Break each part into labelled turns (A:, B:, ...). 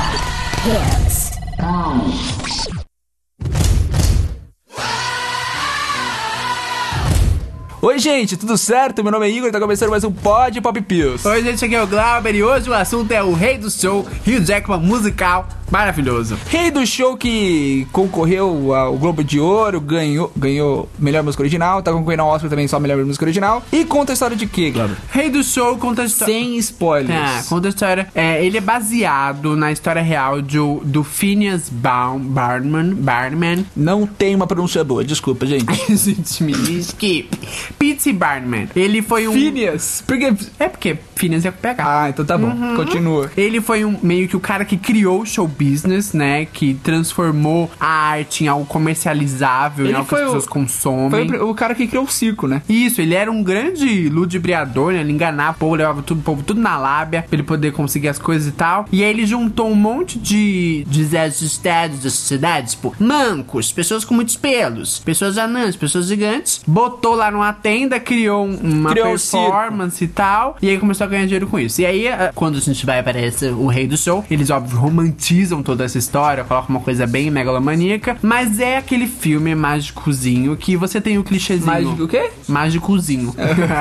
A: Podcast.
B: Oi, gente, tudo certo? Meu nome é Igor, tá começando mais um Pod Pop Pills.
C: Oi, gente, aqui é o Glauber e hoje o assunto é o rei do show, Rio Jackman musical maravilhoso.
B: Rei do show que concorreu ao Globo de Ouro, ganhou, ganhou melhor música original, tá concorrendo ao Oscar também só melhor música original. E conta a história de quê, Glauber?
C: Rei do show conta a história.
B: Sem spoilers.
C: É, conta a história. É, ele é baseado na história real do, do Phineas Baum, Barnman, Barnman.
B: Não tem uma pronúncia boa, desculpa, gente.
C: gente, me diz que. Pete Barnman. Ele foi um.
B: Phineas, porque...
C: É porque Phineas é com PH.
B: Ah, então tá bom, continua.
C: Ele foi um, meio que o cara que criou o show business, né? Que transformou a arte em algo comercializável, em
B: Ele
C: algo que as
B: foi o-
C: pessoas consomem.
B: Foi o pr- o cara que criou o circo, né?
C: Isso, ele era um grande ludibriador, né? Ele enganava o povo, levava tudo, o povo tudo na lábia pra ele poder conseguir as coisas e tal. E aí ele juntou um monte de desajustados da sociedade, tipo, mancos, pessoas com muitos pelos, pessoas anãs, pessoas gigantes. Botou lá numa tenda, criou um- uma
B: Criou o circo.
C: performance e tal. E aí começou a ganhar dinheiro com isso. E aí, a- quando a gente vai para esse, o rei do show, eles, óbvio, romantizam toda essa história, colocam uma coisa bem megalomaníaca. Mas é aquele filme mágicozinho que você tem o clichêzinho.
B: Mágico o quê?
C: Mágicozinho.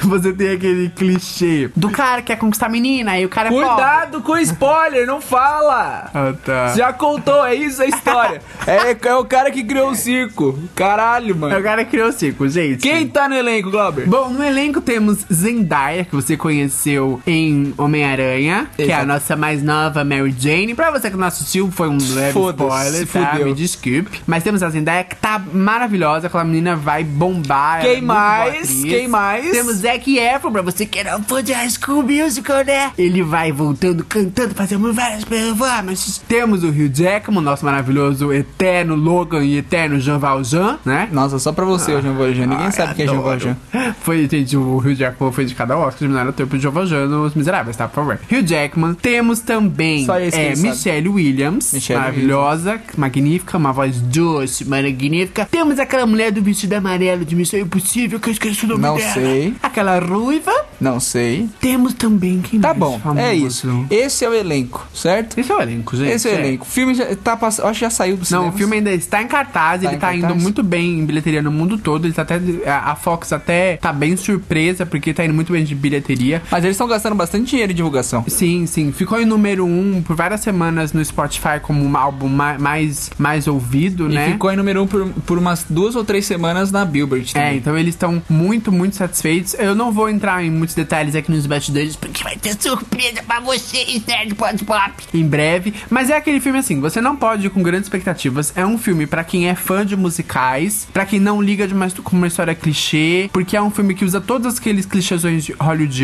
C: Você tem aquele clichê do cara que quer conquistar a menina, aí o cara é pobre.
B: Cuidado com spoiler, não fala!
C: Ah, tá.
B: Já contou, é isso a história. é, é o cara que criou o circo. Caralho,
C: O
B: mano.
C: cara criou o circo, gente.
B: Quem tá no elenco, Glauber?
C: Bom, no elenco temos Zendaya, que você conheceu em Homem-Aranha, que é a
B: Exato.
C: nossa mais nova Mary Jane. Pra você que não assistiu, foi um leve
B: Foda-se,
C: spoiler, tá?
B: fudeu.
C: Me desculpe. Mas temos a Zendaya, que tá maravilhosa, aquela menina vai bombar. ela
B: Quem
C: é muito boa
B: mais?
C: atriz.
B: Quem mais?
C: Temos Zac Efron, pra você que era um fã de High School Musical, né? Ele vai voltando, cantando, fazendo várias performances. Temos o Hugh Jackman, nosso maravilhoso eterno Logan e eterno Jean Valjean, né?
B: Nossa, só pra você, o Jean Valjean. Ninguém sabe quem é Jean
C: Adoro.
B: Valjean.
C: Foi, gente, o Hugh Jackman foi indicado ao Oscar de melhor tempo de Jovajano, Os Miseráveis, tá? Por favor. Hugh Jackman. Temos também
B: Só esse que
C: é,
B: ele sabe.
C: Michelle Williams.
B: Michelle
C: maravilhosa, magnífica, uma voz doce, magnífica. Temos aquela mulher do vestido amarelo de Missão Impossível, que eu esqueci o nome
B: Não
C: dela.
B: sei.
C: Aquela ruiva.
B: Não sei.
C: Temos também quem
B: Tá
C: mais
B: bom,
C: famoso?
B: é isso. Esse é o elenco, certo?
C: Esse é o elenco, gente.
B: Esse é o
C: é.
B: elenco. O filme já tá pass... eu Acho que já saiu do cinema.
C: Não, o filme ainda está em cartaz,
B: Tá
C: ele
B: em
C: tá
B: cartaz?
C: indo muito bem em bilheteria no mundo todo. Ele tá até, a a Fox até tá bem surpresa, porque tá indo muito bem de bilheteria.
B: Mas eles estão gastando bastante dinheiro em divulgação.
C: Sim, sim. Ficou em número um por várias semanas no Spotify como um álbum ma- mais, mais ouvido, né?
B: E ficou em número um por, por umas duas ou três semanas na Billboard.
C: É,
B: também.
C: então eles estão muito, muito satisfeitos. Eu não vou entrar em muitos detalhes aqui nos bastidores, porque vai ter surpresa pra vocês, Nerd Pod Pop, em breve. Mas é aquele filme assim, você não pode ir com grandes expectativas. É um filme pra quem é fã de musicais, pra quem não liga de uma, histó- com uma história clichê, porque é um filme que usa todos aqueles clichêsões de-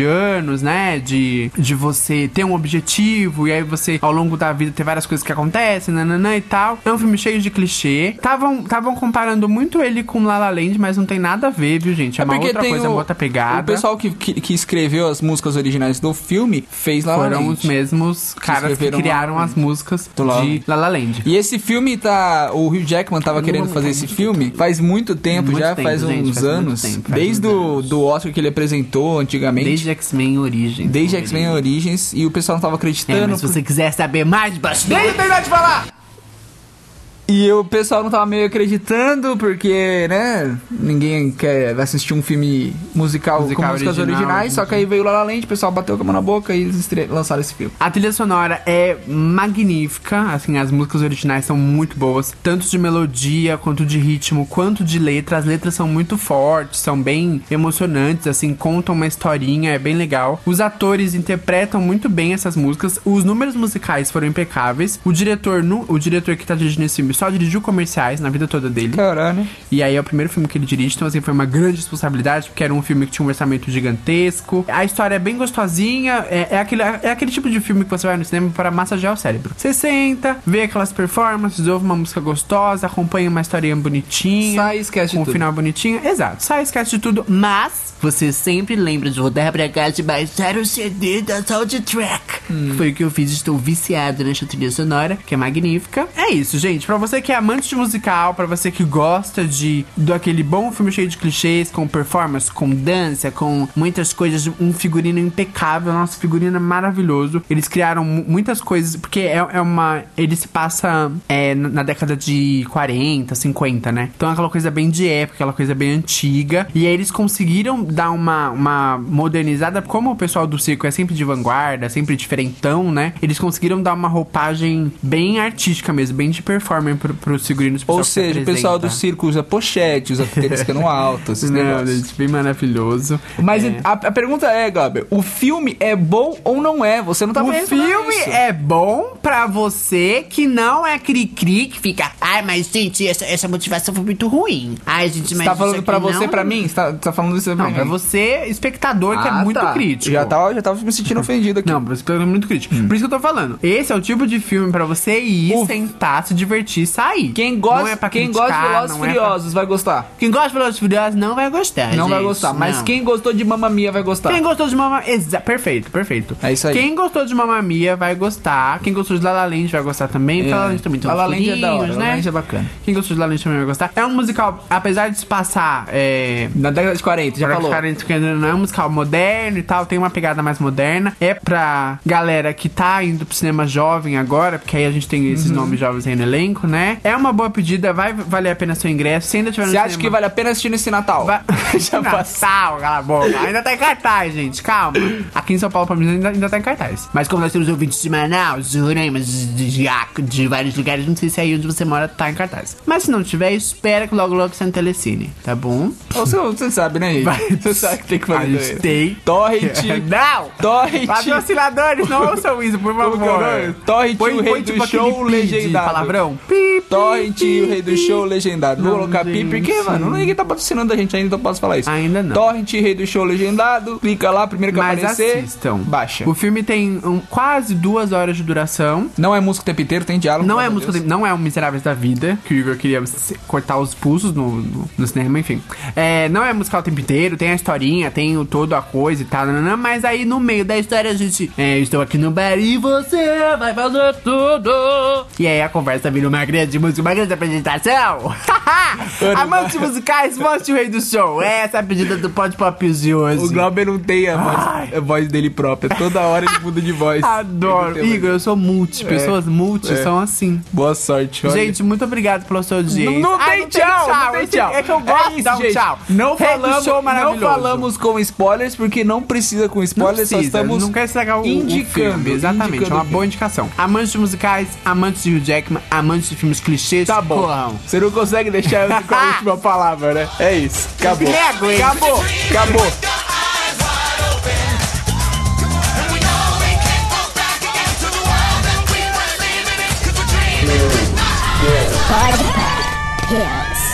C: hollywoodianos, né? De, de você ter um objetivo e aí você, ao longo da vida, ter várias coisas que acontecem, nananã e tal. É um filme cheio de clichê. Estavam comparando muito ele com La La Land, mas não tem nada a ver, viu, gente? É, uma outra coisa, uma outra pegada.
B: O pessoal que, que, que escreveu as músicas originais do filme fez lá
C: foram os mesmos caras que
B: escreveram La La
C: criaram as músicas
B: Do La La
C: de La La Land.
B: E esse filme tá. O Hugh Jackman tava querendo fazer esse filme faz muito tempo
C: Muito
B: já,
C: tempo,
B: faz
C: gente,
B: uns
C: faz muito
B: anos.
C: tempo, faz
B: desde
C: uns
B: o do Oscar que ele apresentou antigamente.
C: Desde
B: Desde,
C: X-Men Origins.
B: X-Men Origins. E o pessoal não tava
C: É,
B: acreditando.
C: mas se você quiser saber mais de bastidores...
B: Deixa eu terminar de falar! E o pessoal não tava meio acreditando, porque, né? Ninguém quer assistir um filme musical,
C: Musical
B: com músicas
C: original, né?
B: originais. Só que aí veio o La La Land, o pessoal bateu a mão na boca e eles estre- lançaram esse filme.
C: A trilha sonora é magnífica, assim, as músicas originais são muito boas, tanto de melodia, quanto de ritmo, quanto de letra. As letras são muito fortes, são bem emocionantes, assim, contam uma historinha, é bem legal. Os atores interpretam muito bem essas músicas, os números musicais foram impecáveis. O diretor, nu- o diretor que tá dirigindo esse filme só dirigiu comerciais na vida toda dele.
B: Caralho.
C: E aí é o primeiro filme que ele dirige, então assim, foi uma grande responsabilidade, porque era um filme que tinha um orçamento gigantesco. A história é bem gostosinha, é, é aquele, é aquele tipo de filme que você vai no cinema para massagear o cérebro. Você senta, vê aquelas performances, ouve uma música gostosa, acompanha uma historinha bonitinha.
B: Sai e esquece de
C: Com um
B: tudo.
C: final bonitinho. Exato, sai, esquece de tudo, mas você sempre lembra de voltar pra casa e baixar o CD da soundtrack.
B: Hum.
C: que foi o que eu fiz. Estou viciado nesta trilha sonora, que é magnífica. É isso, gente. Pra você que é amante de musical, pra você que gosta de do aquele bom filme cheio de clichês, com performance, com dança, com muitas coisas, um figurino impecável. Nossa, figurino é maravilhoso. Eles criaram mu- muitas coisas, porque é, é uma. Ele se passa é, na na década de 40, 50, né? Então é aquela coisa bem de época, aquela coisa bem antiga. E aí eles conseguiram dar uma, uma modernizada. Como o pessoal do circo é sempre de vanguarda, sempre diferentão, né? Eles conseguiram dar uma roupagem bem artística mesmo, bem de performance pro, pros figurinos. pro
B: Ou
C: pessoal que
B: seja, o pessoal do
C: apresenta.
B: circo usa pochete, usa tênis cano alto, esses
C: Não,
B: negócios.
C: gente, bem maravilhoso.
B: Mas
C: É.
B: a, a pergunta é, Gabriel, o filme é bom ou não é? Você não tá
C: o
B: respondendo
C: filme
B: isso.
C: é bom pra você que não é cri-cri, que fica. Ai, mas gente, essa, essa motivação foi muito ruim. Ai, gente,
B: Você
C: mas.
B: tá
C: isso
B: falando
C: aqui
B: pra você,
C: não- é.
B: pra mim? Você tá, tá falando isso pra
C: Não,
B: mim?
C: pra você, espectador, que é
B: Ah,
C: muito
B: tá. Hum.
C: crítico.
B: Já tava, já tava me sentindo ofendido aqui.
C: Não, pra você é muito crítico. Por isso que eu tô falando. Esse é o tipo de filme pra você ir,
B: O-
C: sentar, se divertir, sair.
B: Quem gosta,
C: Não é pra
B: quem
C: criticar,
B: gosta de Velozes
C: não é pra-
B: Furiosos vai gostar.
C: Quem gosta de Velozes e Furiosos não vai gostar,
B: Não vai
C: gente,
B: gostar, mas
C: não.
B: quem gostou de Mamma Mia vai gostar.
C: Quem gostou de Mamma... Exa... Perfeito, perfeito.
B: Tá. É isso aí.
C: Quem gostou de Mamma Mia vai gostar. Quem gostou de La La Land vai gostar também. porque La La Land também tem
B: La
C: uns
B: La Land é da hora,
C: furinhos,
B: La La
C: né?
B: Land é bacana.
C: Quem gostou de La La Land também vai gostar. É um musical, apesar de se passar... É...
B: Na década de 40, já
C: pra
B: falou.
C: ficarem entendendo, não é um musical moderno e tal, tem uma pegada mais moderna. É pra galera que tá indo pro cinema jovem agora, porque aí a gente tem
B: Uhum.
C: esses nomes jovens aí no elenco, né? É uma boa pedida, vai valer a pena seu ingresso. Se ainda tiver no
B: Você acha
C: cinema-
B: que vale a pena assistir nesse Natal?
C: Vai...
B: Já
C: Não,
B: passou.
C: calma, cala a boca. Ainda tá em cartaz, gente. Calma. Aqui em São Paulo, pra mim, ainda, ainda tá em cartaz. Mas como nós temos ouvintes de Manaus, Roraima, de, de, de, de vários lugares, não sei se aí onde você mora tá em cartaz. Mas se não tiver, espera que logo logo você tá no telecine, tá bom?
B: Ou Você, você sabe, né, gente?
C: Vai-
B: Você sabe que tem que fazer
C: A gente
B: doeira.
C: tem.
B: Torrent.
C: Não!
B: Torrent.
C: Patrocinadores, não ouçam isso, por
B: Como que é o nome?
C: favor. tipo,
B: Torrent, o rei do
C: aquele
B: show
C: pi de
B: legendado.
C: Palavrão. Pi, pi,
B: Torrent, o rei do
C: pi,
B: show legendado. Vou
C: Não,
B: colocar pi
C: gente.
B: porque, mano, ninguém tá patrocinando a gente ainda, então posso falar isso.
C: Ainda não.
B: Torrent, rei do show legendado. Clica lá, primeiro que
C: Mas
B: aparecer.
C: assistam.
B: Baixa.
C: O filme tem um- quase duas horas de duração.
B: Não é música o tempo inteiro, tem diálogo.
C: Não
B: graças
C: é,
B: a
C: música,
B: Deus.
C: do- não é um Miseráveis da Vida, que o Igor queria se- cortar os pulsos no, no, no cinema, enfim. É, não é musical o tempo inteiro, tem a historinha, tem o todo a coisa e tal, nananã, mas aí no meio da história a gente. É, estou aqui no bar e você vai fazer tudo. E aí a conversa vira uma grande música, uma grande apresentação. Amantes musicais, volte o rei do show. Essa é a pedida do Pod Pop de hoje.
B: O Glauber não tem a voz,
C: Ai.
B: a voz dele própria. Toda hora ele muda de voz. Ele
C: Adoro.
B: não tem
C: Igor, eu sou multi. Pessoas multi
B: é.
C: são assim.
B: mais. Boa sorte, olha.
C: Gente, Ah, muito obrigado pela sua audiência.
B: Não, não,
C: Ai,
B: tem, tchau, não tem
C: eu sei-
B: tchau.
C: É que eu gosto de dar um
B: gente.
C: tchau.
B: Não
C: Rei do
B: falamos,
C: show é
B: não
C: maravilhoso.
B: falamos com spoilers, porque não precisa com
C: Não
B: spoilers,
C: precisa,
B: só estamos
C: não quer estragar o,
B: indicando,
C: o filme. Exatamente,
B: indicando
C: é
B: o
C: uma
B: filme.
C: boa indicação. Amantes de musicais, amantes de Hugh Jackman, amantes de filmes clichês.
B: Tá bom.
C: corram.
B: Você não consegue deixar eu com a última palavra, né? É isso. Acabou.
C: Me aguenta.
B: Acabou. Acabou.
A: Pod Pills.